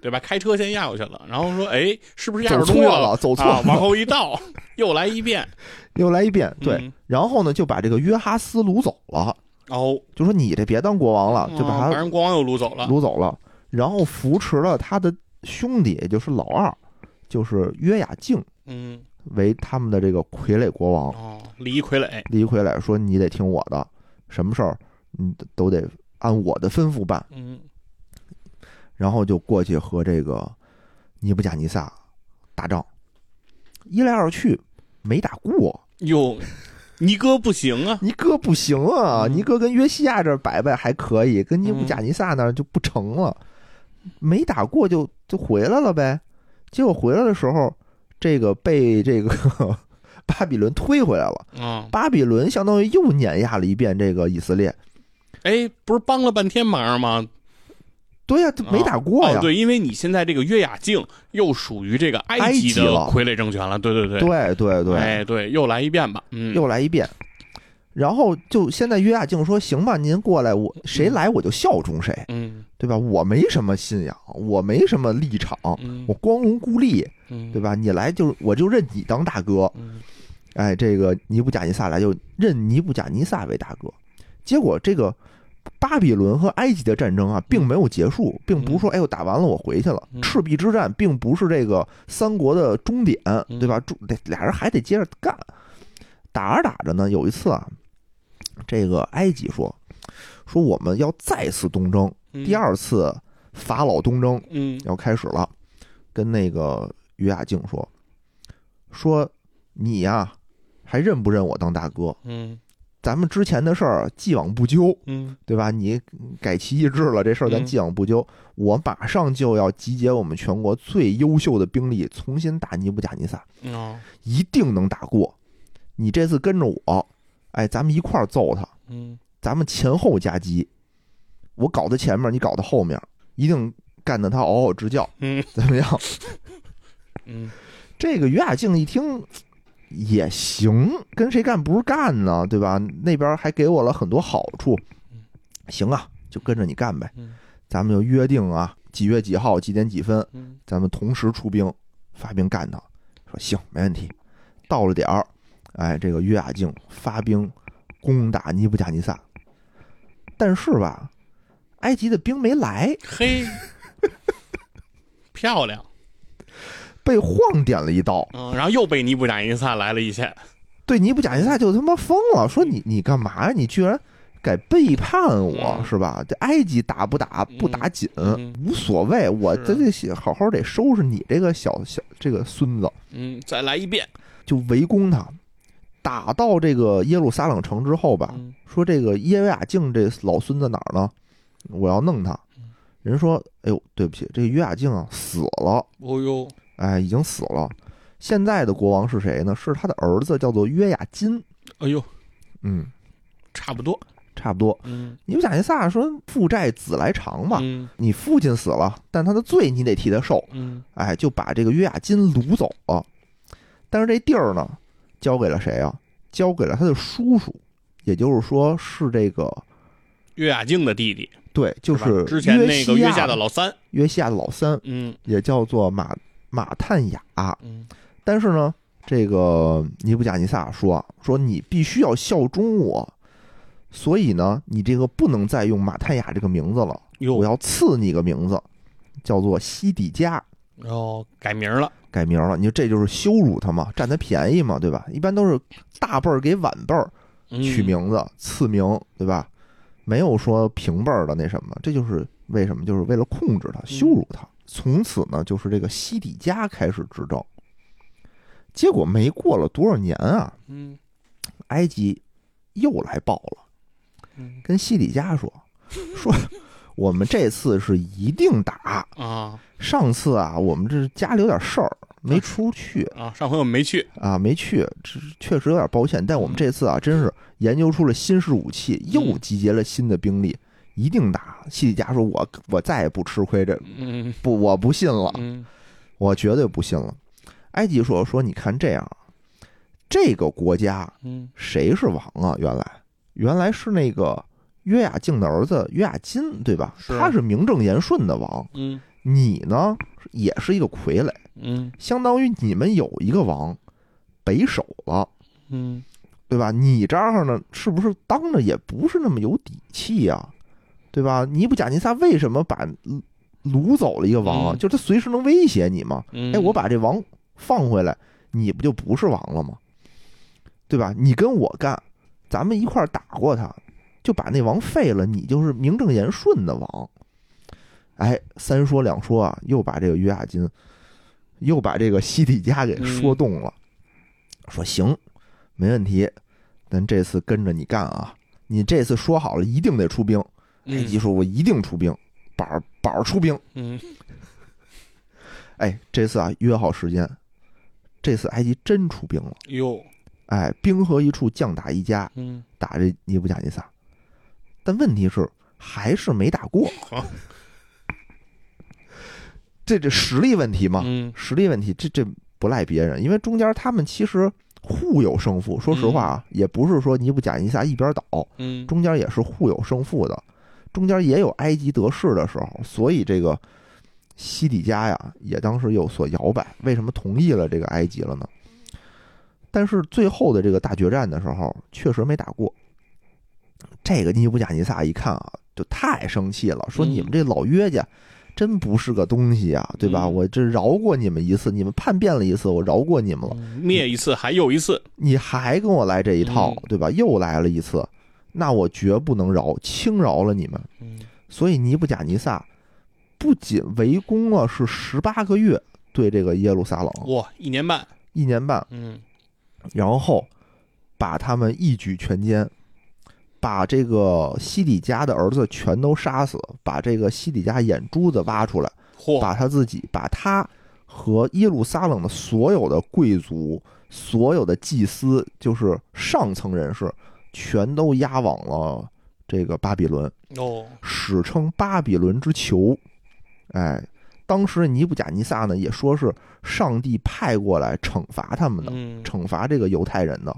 B: 对吧？开车先压过去了，然后说，哎，是不是压着
A: 走
B: 东
A: 错
B: 西
A: 了，走错
B: 啊，
A: 了，
B: 往后一倒，又来一遍，
A: 又来一遍。 <laughs> 对，
B: 嗯，
A: 然后呢，就把这个约哈斯掳走了，
B: 哦，
A: 就说你这别当国王啊了，就
B: 哦
A: 把
B: 把
A: 他
B: 人国王又掳走了，
A: 掳走了，然后扶持了他的兄弟，也就是老二，就是约雅敬
B: 嗯，
A: 为他们的这个傀儡国王。
B: 哦，礼仪傀儡，
A: 李逵来说：“你得听我的，什么事儿你都得按我的吩咐办。
B: 嗯。”
A: 然后就过去和这个尼布甲尼撒打仗，一来二去没打过。
B: 哟，尼哥不行啊，
A: 尼哥不行啊，
B: 嗯
A: 尼哥跟约西亚这儿摆摆还可以，跟尼布甲尼撒那儿就不成了，没打过就就回来了呗。结果回来的时候，这个被这个 <laughs> 巴比伦推回来了，
B: 啊，
A: 巴比伦相当于又碾压了一遍这个以色列。
B: 哎，不是帮了半天忙吗？
A: 对呀、这没打过呀。
B: 哦，对，因为你现在这个约雅敬又属于这个埃及的
A: 埃及了
B: 傀儡政权了，对对对，
A: 对对对
B: 哎对，又来一遍吧，嗯，
A: 又来一遍。然后就现在约雅敬说：“行吧，您过来，我谁来我就效忠谁，
B: 嗯
A: 对吧？我没什么信仰，我没什么立场，
B: 嗯
A: 我光荣孤立，
B: 嗯，
A: 哦对吧？你来就我就认你当大哥。
B: 嗯
A: 哎，这个尼布甲尼撒来就认尼布甲尼撒为大哥。结果这个巴比伦和埃及的战争啊，并没有结束，并不是说哎呦打完了我回去了。
B: 嗯
A: 赤壁之战并不是这个三国的终点，
B: 嗯
A: 对吧？终得俩人还得接着干。打着打着呢，有一次啊，这个埃及说说我们要再次东征，
B: 嗯
A: 第，二次法老东征
B: 嗯
A: 要开始了，跟那个于雅静说说你呀、还认不认我当大哥？
B: 嗯
A: 咱们之前的事儿既往不咎，
B: 嗯
A: 对吧？你改旗易帜了，这事儿咱
B: 嗯
A: 既往不咎。我马上就要集结我们全国最优秀的兵力，重新打尼布甲尼撒，
B: 嗯哦
A: 一定能打过。你这次跟着我，哎，咱们一块儿揍他，
B: 嗯
A: 咱们前后夹击。我搞在前面，你搞在后面，一定干得他嗷嗷直叫，
B: 嗯
A: 怎么样？
B: 嗯，
A: 这个于雅静一听也行，跟谁干不是干呢，对吧？那边还给我了很多好处
B: 嗯，
A: 行啊，就跟着你干呗
B: 嗯。
A: 咱们就约定啊，几月几号几点几分，
B: 嗯
A: 咱们同时出兵发兵干他。说行，没问题。到了点儿，哎，这个约雅敬发兵攻打尼布甲尼撒，但是吧，埃及的兵没来，
B: 嘿，漂亮，
A: 被晃点了一刀。
B: 嗯，然后又被尼布甲尼撒来了一下，
A: 对尼布甲尼撒就他妈疯了，说你你干嘛呀？你居然敢背叛我
B: 嗯
A: 是吧？这埃及打不打不打紧，
B: 嗯
A: 无所谓，我
B: 是
A: 这得好好得收拾你这个小小这个孙子。
B: 嗯，再来一遍，
A: 就围攻他，打到这个耶路撒冷城之后吧，
B: 嗯
A: 说这个耶维雅敬这老孙子哪儿呢？我要弄他。
B: 嗯
A: 人说，哎呦，对不起，这个约雅敬啊死了，
B: 哦呦，
A: 哎，已经死了。现在的国王是谁呢？是他的儿子，叫做约雅金。
B: 哎呦，
A: 嗯，
B: 差不多，
A: 差不多。
B: 嗯，
A: 你不贾尼撒说父债子来偿嘛，
B: 嗯
A: 你父亲死了，但他的罪你得替他受，
B: 嗯，
A: 哎，就把这个约雅金掳走了。但是这地儿呢，交给了谁啊？交给了他的叔叔，也就是说是这个
B: 约雅敬的弟弟，
A: 对，就是
B: 吧
A: 是
B: 之前那个
A: 约西
B: 约
A: 亚
B: 下的老三，
A: 约西亚的老三，
B: 嗯
A: 也叫做马马探雅。
B: 嗯
A: 但是呢，这个尼布贾尼撒说啊说你必须要效忠我，所以呢，你这个不能再用马探雅这个名字了，我
B: 哟，
A: 要赐你一个名字，叫做西底加。
B: 哦，改名了，
A: 改名了，你说这就是羞辱他嘛，占他便宜嘛，对吧？一般都是大辈儿给晚辈儿
B: 嗯
A: 取，名字、赐名，对吧？没有说平辈儿的那什么，这就是为什么，就是为了控制他、羞辱他。从此呢，就是这个西底家开始执政。结果没过了多少年啊，
B: 嗯
A: 埃及又来报了，
B: 嗯
A: 跟西底家说 <laughs> 说，我们这次是一定打。
B: 啊
A: 上次啊，我们这家里有点事儿没出去，
B: 啊，上回我们没去，
A: 啊，没去，这确实有点抱歉。但我们这次啊，真是研究出了新式武器，又集结了新的兵
B: 嗯
A: 力，一定打。西底家说我：“我再也不吃亏这
B: 嗯
A: 不，我不信了，
B: 嗯
A: 我绝对不信了。”埃及说：“说你看这样啊，这个国家
B: 嗯，
A: 谁是王啊？原来原来是那个约雅敬的儿子约雅金，对吧？
B: 是
A: 他是名正言顺的王，
B: 嗯
A: 你呢也是一个傀儡，
B: 嗯
A: 相当于你们有一个王北守了。”
B: 嗯
A: 对吧？你这儿呢，是不是当着也不是那么有底气呀、对吧？尼布贾尼撒为什么把掳掳走了一个王啊？
B: 嗯
A: 就是他随时能威胁你嘛。
B: 嗯，
A: 哎，我把这王放回来，你不就不是王了吗？对吧？你跟我干，咱们一块儿打过他，就把那王废了，你就是名正言顺的王。哎，三说两说啊，又把这个约雅金，又把这个西底家给
B: 嗯
A: 说动了，说行，没问题，咱这次跟着你干啊！你这次说好了，一定得出兵。埃及
B: 嗯
A: 说：“我一定出兵，板儿板儿出兵。”
B: 嗯
A: 哎，这次啊约好时间，这次埃及真出兵了。
B: 哟
A: 哎，兵合一处，将打一家，
B: 嗯，
A: 打这尼布甲尼撒。但问题是，还是没打过。这这实力问题嘛，
B: 嗯
A: 实力问题，这这不赖别人，因为中间他们其实互有胜负。说实话啊，也不是说尼布甲尼撒一边倒，
B: 嗯
A: 中间也是互有胜负的，中间也有埃及得势的时候，所以这个西底家呀也当时有所摇摆。为什么同意了这个埃及了呢？但是最后的这个大决战的时候，确实没打过。这个尼布甲尼撒一看啊，就太生气了，说
B: 嗯
A: 你们这老约家真不是个东西啊，对吧？
B: 嗯
A: 我这饶过你们一次，你们叛变了一次，我饶过你们了。
B: 嗯灭一次还又一次，
A: 你还跟我来这一套
B: 嗯，
A: 对吧？又来了一次，那我绝不能饶，轻饶了你们。
B: 嗯
A: 所以尼布贾尼撒不仅围攻了是十八个月，对这个耶路撒冷
B: 哇，一年半，
A: 一年半，
B: 嗯
A: 然后把他们一举全歼，把这个西底家的儿子全都杀死，把这个西底家眼珠子挖出来，
B: 嚯，
A: 把他自己，把他和耶路撒冷的所有的贵族、所有的祭司，就是上层人士，全都押往了这个巴比伦，
B: 哦，
A: 史称巴比伦之囚。哎，当时尼布甲尼撒呢也说是上帝派过来惩罚他们的，
B: 嗯，
A: 惩罚这个犹太人的。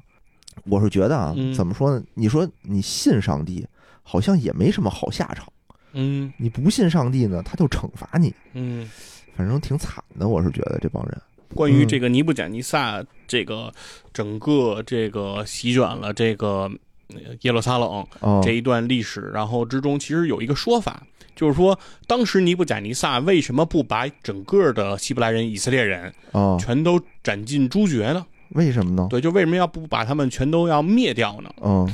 A: 我是觉得啊
B: 嗯，
A: 怎么说呢？你说你信上帝，好像也没什么好下场；
B: 嗯
A: 你不信上帝呢，他就惩罚你，
B: 嗯。
A: 反正挺惨的。我是觉得这帮人，
B: 关于这个尼布甲尼撒这个整个这个席卷了这个呃耶路撒冷
A: 哦
B: 这一段历史，然后之中其实有一个说法，就是说当时尼布甲尼撒为什么不把整个的希伯来人、以色列人
A: 哦，
B: 全都斩尽诛绝呢？
A: 为什么呢？
B: 对，就为什么要不把他们全都要灭掉呢？
A: 嗯，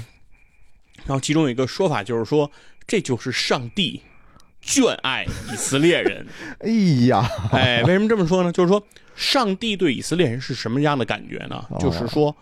B: 然后其中有一个说法就是说，这就是上帝眷爱以色列
A: <laughs>
B: 人。
A: 哎呀，
B: 哎，为什么这么说呢？就是说，上帝对以色列人是什么样的感觉呢？
A: 哦
B: 就是说，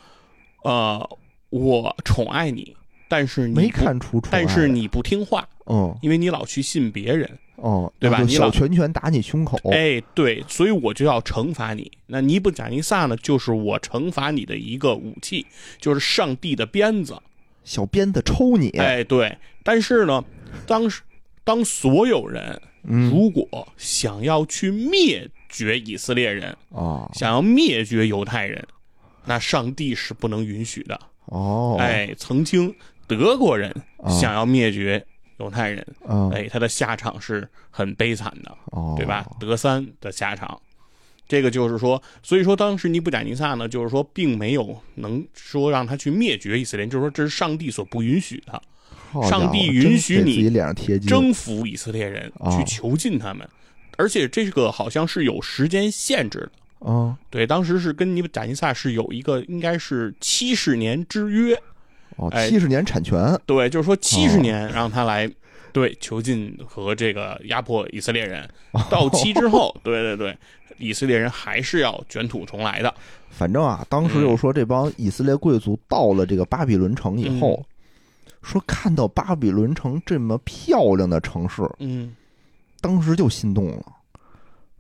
B: 呃，我宠爱你，但是你
A: 没
B: 不，
A: 看出出来，
B: 但是你不听话，
A: 嗯，
B: 因为你老去信别人。
A: 哦，
B: 对吧
A: 那就
B: 你
A: 小
B: 老
A: 拳拳打你胸口，
B: 哎，对，所以我就要惩罚你。那尼布甲尼撒呢，就是我惩罚你的一个武器，就是上帝的鞭子。
A: 小鞭子抽你，
B: 哎，对。但是呢，当时当所有人
A: 嗯
B: 如果想要去灭绝以色列人，
A: 啊，
B: 想要灭绝犹太人，那上帝是不能允许的。
A: 哦，，啊
B: 哎，曾经德国人想要灭绝犹太人，
A: 嗯，
B: 哎，他的下场是很悲惨的，
A: 哦，
B: 对吧？？德三的下场。这个就是说，所以说当时尼布甲尼撒呢，就是说并没有能说让他去灭绝以色列人，就是说这是上帝所不允许的。
A: 好家伙
B: 上帝允许
A: 真给
B: 你
A: 自己脸上贴金，
B: 征服以色列人，
A: 嗯哦
B: 去囚禁他们，而且这个好像是有时间限制的。
A: 嗯，
B: 对，当时是跟尼布贾尼撒是有一个应该是七十年之约，
A: 哦，
B: 哎
A: 七十年产权，
B: 对，就是说七十
A: 哦
B: 年让他来。对，囚禁和这个压迫以色列人，到期之后，对对对，以色列人还是要卷土重来的。
A: 反正啊，当时
B: 嗯
A: 又说这帮以色列贵族到了这个巴比伦城以后，
B: 嗯
A: 说看到巴比伦城这么漂亮的城市，
B: 嗯，
A: 当时就心动了。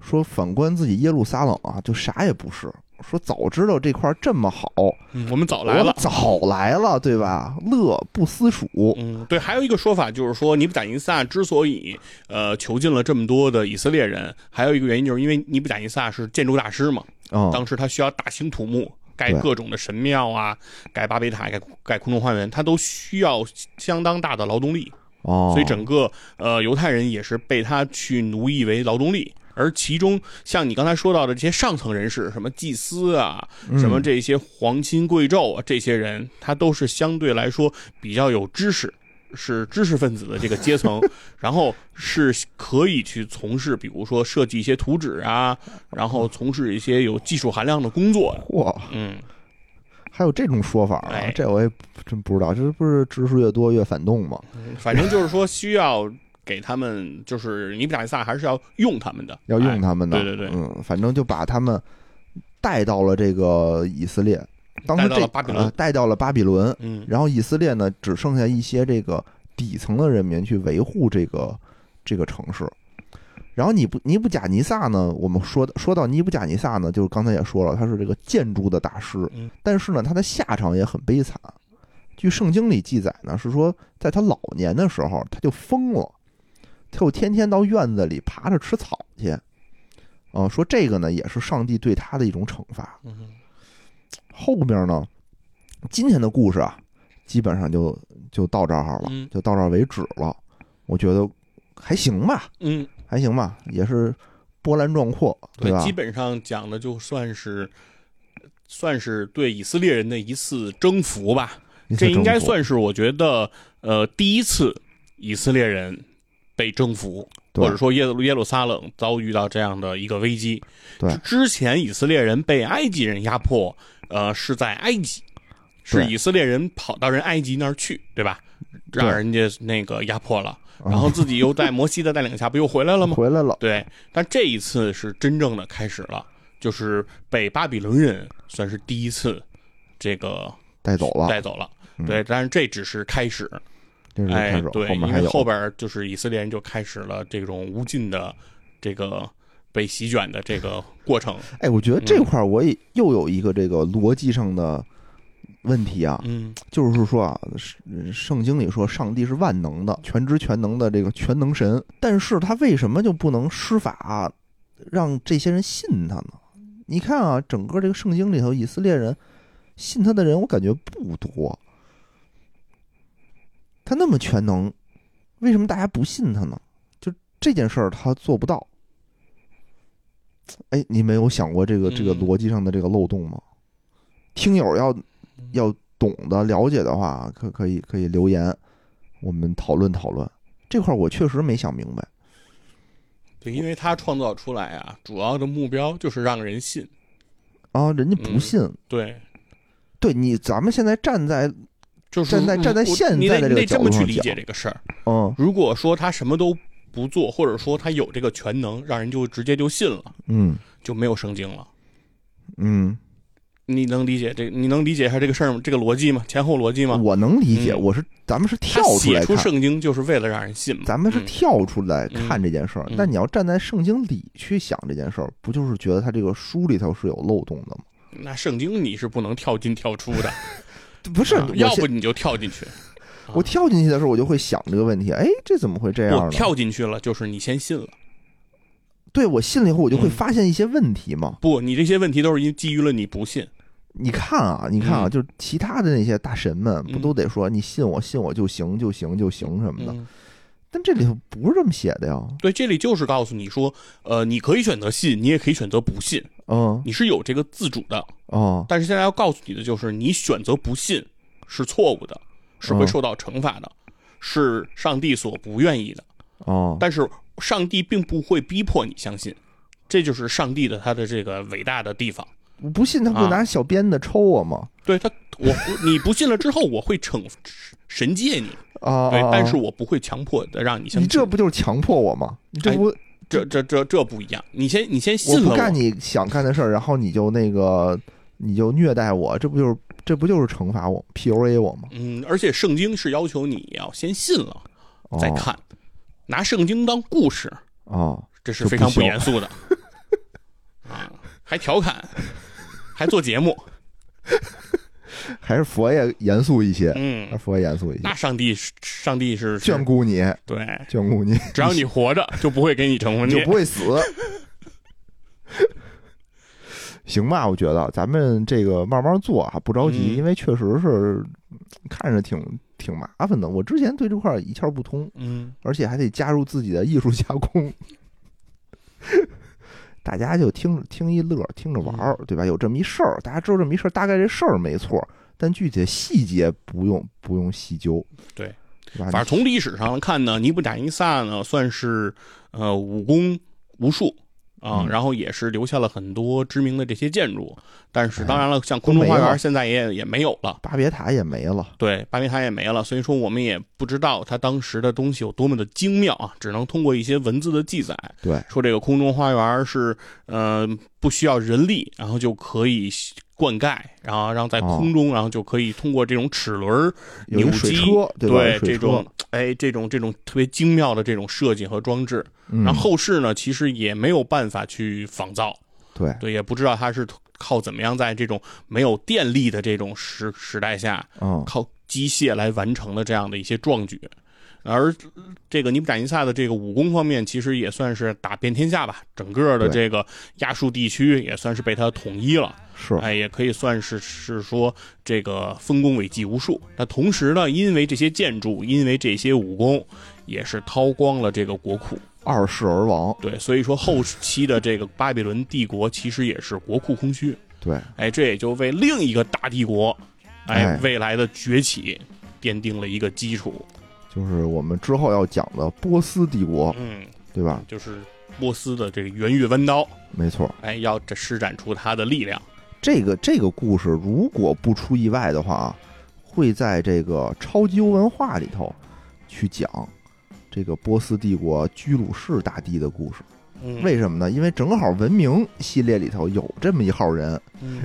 A: 说反观自己耶路撒冷啊，就啥也不是。说早知道这块儿这么好，
B: 嗯我们早来了
A: 我。早来了，对吧？乐不思蜀，
B: 嗯，对，还有一个说法就是说，尼布贾尼撒之所以呃囚禁了这么多的以色列人，还有一个原因就是因为尼布贾尼撒是建筑大师嘛，
A: 嗯，
B: 当时他需要大兴土木，盖
A: 对
B: 各种的神庙啊，盖巴别塔，盖盖空中花园，他都需要相当大的劳动力，
A: 哦，
B: 所以整个呃犹太人也是被他去奴役为劳动力。而其中，像你刚才说到的这些上层人士，什么祭司啊，
A: 嗯
B: 什么这些皇亲贵胄啊，这些人，他都是相对来说比较有知识，是知识分子的这个阶
A: <laughs>
B: 层，然后是可以去从事，比如说设计一些图纸啊，然后从事一些有技术含量的工作的。
A: 嚯，
B: 嗯，
A: 还有这种说法啊
B: 哎？
A: 这我也真不知道，这不是知识越多越反动吗？
B: 反正就是说需要给他们，就是尼布甲尼撒还是要用他们的，
A: 要用他们的，
B: 哎对对对
A: 嗯，反正就把他们带到了这个以色列，当时
B: 带到
A: 这
B: 了巴比伦
A: 呃带到了巴比伦，
B: 嗯，
A: 然后以色列呢只剩下一些这个底层的人民去维护这个这个城市。然后尼布尼布贾尼撒呢，我们说的说到尼布贾尼撒呢，就是刚才也说了，他是这个建筑的大师
B: 嗯，
A: 但是呢，他的下场也很悲惨。据圣经里记载呢，是说在他老年的时候，他就疯了，他就天天到院子里爬着吃草去。啊、说这个呢，也是上帝对他的一种惩罚。
B: 嗯
A: 后面呢，今天的故事啊，基本上就就到这儿了，
B: 嗯
A: 就到这儿为止了。我觉得还行吧，
B: 嗯，
A: 还行吧，也是波澜壮阔，
B: 对，
A: 吧
B: 基？本上讲的就算是算是对以色列人的一次征服吧。
A: 一次
B: 这应该
A: 征服
B: 算是我觉得呃第一次以色列人被征服，
A: 对
B: 或者说耶路耶路撒冷遭遇到这样的一个危机。
A: 对
B: 之之前以色列人被埃及人压迫，呃，是在埃及，是
A: 对
B: 以色列人跑到人埃及那儿去，对吧？
A: 对嗯
B: 让人家那个压迫了，然后自己又在摩西的带领下不又回来了吗？
A: 回来了，
B: 对，但这一次是真正的开始了，就是被巴比伦人算是第一次这个
A: 带走了，嗯
B: 带走了。对，但是这只是开始，
A: 这是
B: 哎
A: 开始，，
B: 对，
A: 后面
B: 因
A: 还
B: 为
A: 有
B: 后边儿就是以色列人就开始了这种无尽的这个被席卷的这个过程。
A: 啊
B: 嗯
A: 哎，我觉得这块儿我也又有一个这个逻辑上的问题啊，
B: 嗯
A: 就是说啊，圣圣经里说上帝是万能的、全知全能的这个全能神，但是他为什么就不能施法啊让这些人信他呢？你看啊，整个这个圣经里头，以色列人信他的人，我感觉不多。他那么全能，为什么大家不信他呢？就这件事儿，他做不到。哎，你没有想过这个这个
B: 嗯
A: 逻辑上的这个漏洞吗？听友要要懂得了解的话，可可以可以留言，我们讨论讨论这块。我确实没想明白，
B: 对，因为他创造出来啊，主要的目标就是让人信。
A: 啊，人家不
B: 嗯
A: 信，
B: 对，
A: 对你，咱们现在站在
B: 就是
A: 站在
B: 嗯
A: 站在
B: 我
A: 现在
B: 你得
A: 的这个
B: 你得这
A: 角
B: 么
A: 度
B: 去
A: 上
B: 理解
A: 讲
B: 这个事儿。
A: 嗯
B: 如果说他什么都不做，或者说他有这个全能，让人就直接就信了，
A: 嗯
B: 就没有圣经了。
A: 嗯，
B: 你能理解这？你能理解一下这个事儿吗？这个逻辑吗？前后逻辑吗？
A: 我能理解，
B: 嗯
A: 我是咱们是
B: 他
A: 跳出
B: 写
A: 来
B: 出
A: 看，
B: 圣经就是为了让人信嘛。
A: 咱们是
B: 嗯
A: 跳出来看这件事儿。
B: 嗯
A: 但你要站在圣经里去想这件事儿，不就是觉得他这个书里头是有漏洞的吗？
B: 那圣经你是不能跳进跳出的，
A: 不 <laughs> 是，
B: 啊
A: 我
B: 要
A: 现
B: 不你就跳进去。
A: 我跳进去的时候，我就会想这个问题，哎，这怎么会这样
B: 不
A: 呢？
B: 跳进去了，就是你先信了。
A: 对我信了以后，我就会
B: 嗯
A: 发现一些问题嘛。
B: 不，你这些问题都是因基于了你不信。
A: 你看啊，你看啊，
B: 嗯
A: 就是其他的那些大神们，不
B: 嗯
A: 都得说你信我，信我就行，就行，就行什么的？
B: 嗯，
A: 但这里头不是这么写的呀。
B: 对，这里就是告诉你说，呃，你可以选择信，你也可以选择不信，
A: 嗯，
B: 你是有这个自主的。
A: 哦，
B: 但是现在要告诉你的就是，你选择不信是错误的，是会
A: 嗯
B: 受到惩罚的，是上帝所不愿意的。
A: 哦，
B: 但是上帝并不会逼迫你相信，这就是上帝的他的这个伟大的地方。
A: 我不信他
B: 啊
A: 不拿小鞭子抽我吗？
B: 对他，我你不信了之后，我会惩神界你，
A: 啊，
B: 对
A: 啊，
B: 但是我不会强迫的让你相
A: 你
B: 信。
A: 这不就是强迫我吗？你这不
B: 这这这这不一样，你先你先
A: 我
B: 信了
A: 不干你想干的事儿，然后你就那个你就虐待我，这不就是这不就是惩罚我 PUA 我吗？
B: 嗯，而且圣经是要求你要先信了
A: 哦
B: 再看，拿圣经当故事，
A: 哦，
B: 这是
A: 就
B: 非
A: 不
B: 常不
A: 行
B: 严
A: <laughs>
B: 肃的啊，还调侃，还做节
A: <laughs>
B: 目，
A: 还是佛爷严肃一些，还 <laughs> 是
B: 嗯，
A: 佛爷严肃一些
B: 那，上帝是上帝是
A: 眷顾你， <laughs>
B: 对，
A: 眷顾你，
B: 只要你活着就不会给你惩罚
A: 你就
B: 你
A: 不。会
B: <laughs>
A: 死。行吧，我觉得咱们这个慢慢做啊，不着急，
B: 嗯
A: 因为确实是嗯看着挺挺麻烦的。我之前对这块儿一窍不通，
B: 嗯，
A: 而且还得加入自己的艺术加工。大家就听着听一乐，听着玩儿，
B: 嗯
A: 对吧？有这么一事儿，大家知道这么一事儿，大概这事儿没错，但具体的细节不用不用细究，
B: 对
A: 对吧？
B: 反正从历史上来看呢，尼布贾尼撒呢算是呃武功无数。啊
A: 嗯，
B: 然后也是留下了很多知名的这些建筑，但是
A: 哎
B: 当然了，像空中
A: 都
B: 花
A: 没了
B: 园现在也也没有了，
A: 巴别塔也没了，
B: 对，巴别塔也没了，所以说我们也不知道它当时的东西有多么的精妙啊，只能通过一些文字的记载，
A: 对，
B: 说这个空中花园是，呃，不需要人力，然后就可以灌溉，然后让在
A: 哦
B: 空中，然后就可以通过这种齿轮儿
A: 有一
B: 扭
A: 个水
B: 机
A: 车，吧？水
B: 对这
A: 车
B: 种，哎，这种这种特别精妙的这种设计和装置，
A: 嗯
B: 然后后世呢，其实也没有办法去仿造，
A: 对，
B: 对，也不知道它是靠怎么样在这种没有电力的这种时时代下，
A: 嗯，
B: 靠机械来完成的这样的一些壮举。而这个尼布贾尼撒的这个武功方面，其实也算是打遍天下吧，整个的
A: 对
B: 这个亚述地区也算是被他统一了，
A: 是，
B: 哎，也可以算是是说这个丰功伟绩无数。那同时呢，因为这些建筑，因为这些武功，也是掏光了这个国库。
A: 二世而亡，
B: 对，所以说后期的这个巴比伦帝国其实也是国库空虚，
A: 对，
B: 哎，这也就为另一个大帝国，哎
A: 哎，
B: 未来的崛起奠定了一个基础。
A: 就是我们之后要讲的波斯帝国，
B: 嗯，
A: 对吧？
B: 就是波斯的这个圆月弯刀，
A: 没错，
B: 哎，要这施展出它的力量。
A: 这个这个故事如果不出意外的话啊，会在这个超级文化里头去讲这个波斯帝国居鲁士大帝的故事。
B: 嗯，
A: 为什么呢？因为正好文明系列里头有这么一号人，
B: 嗯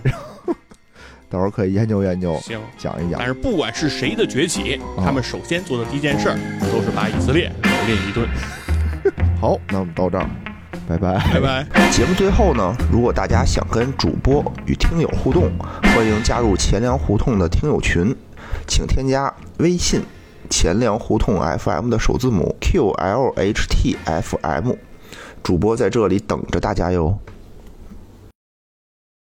A: 到时候可以研究研究，
B: 行。
A: 讲一讲
B: 但。是不管是谁的崛起，
A: 哦
B: 他们首先做的第一件事儿，都是把以色列蹂躏一顿。
A: 好，那我们到这儿。拜拜。
B: 拜拜。
A: 节目最后呢，如果大家想跟主播与听友互动，欢迎加入钱粮胡同的听友群，请添加微信“钱粮胡同 FM” 的首字母 “QLHTFM”，主播在这里等着大家哟。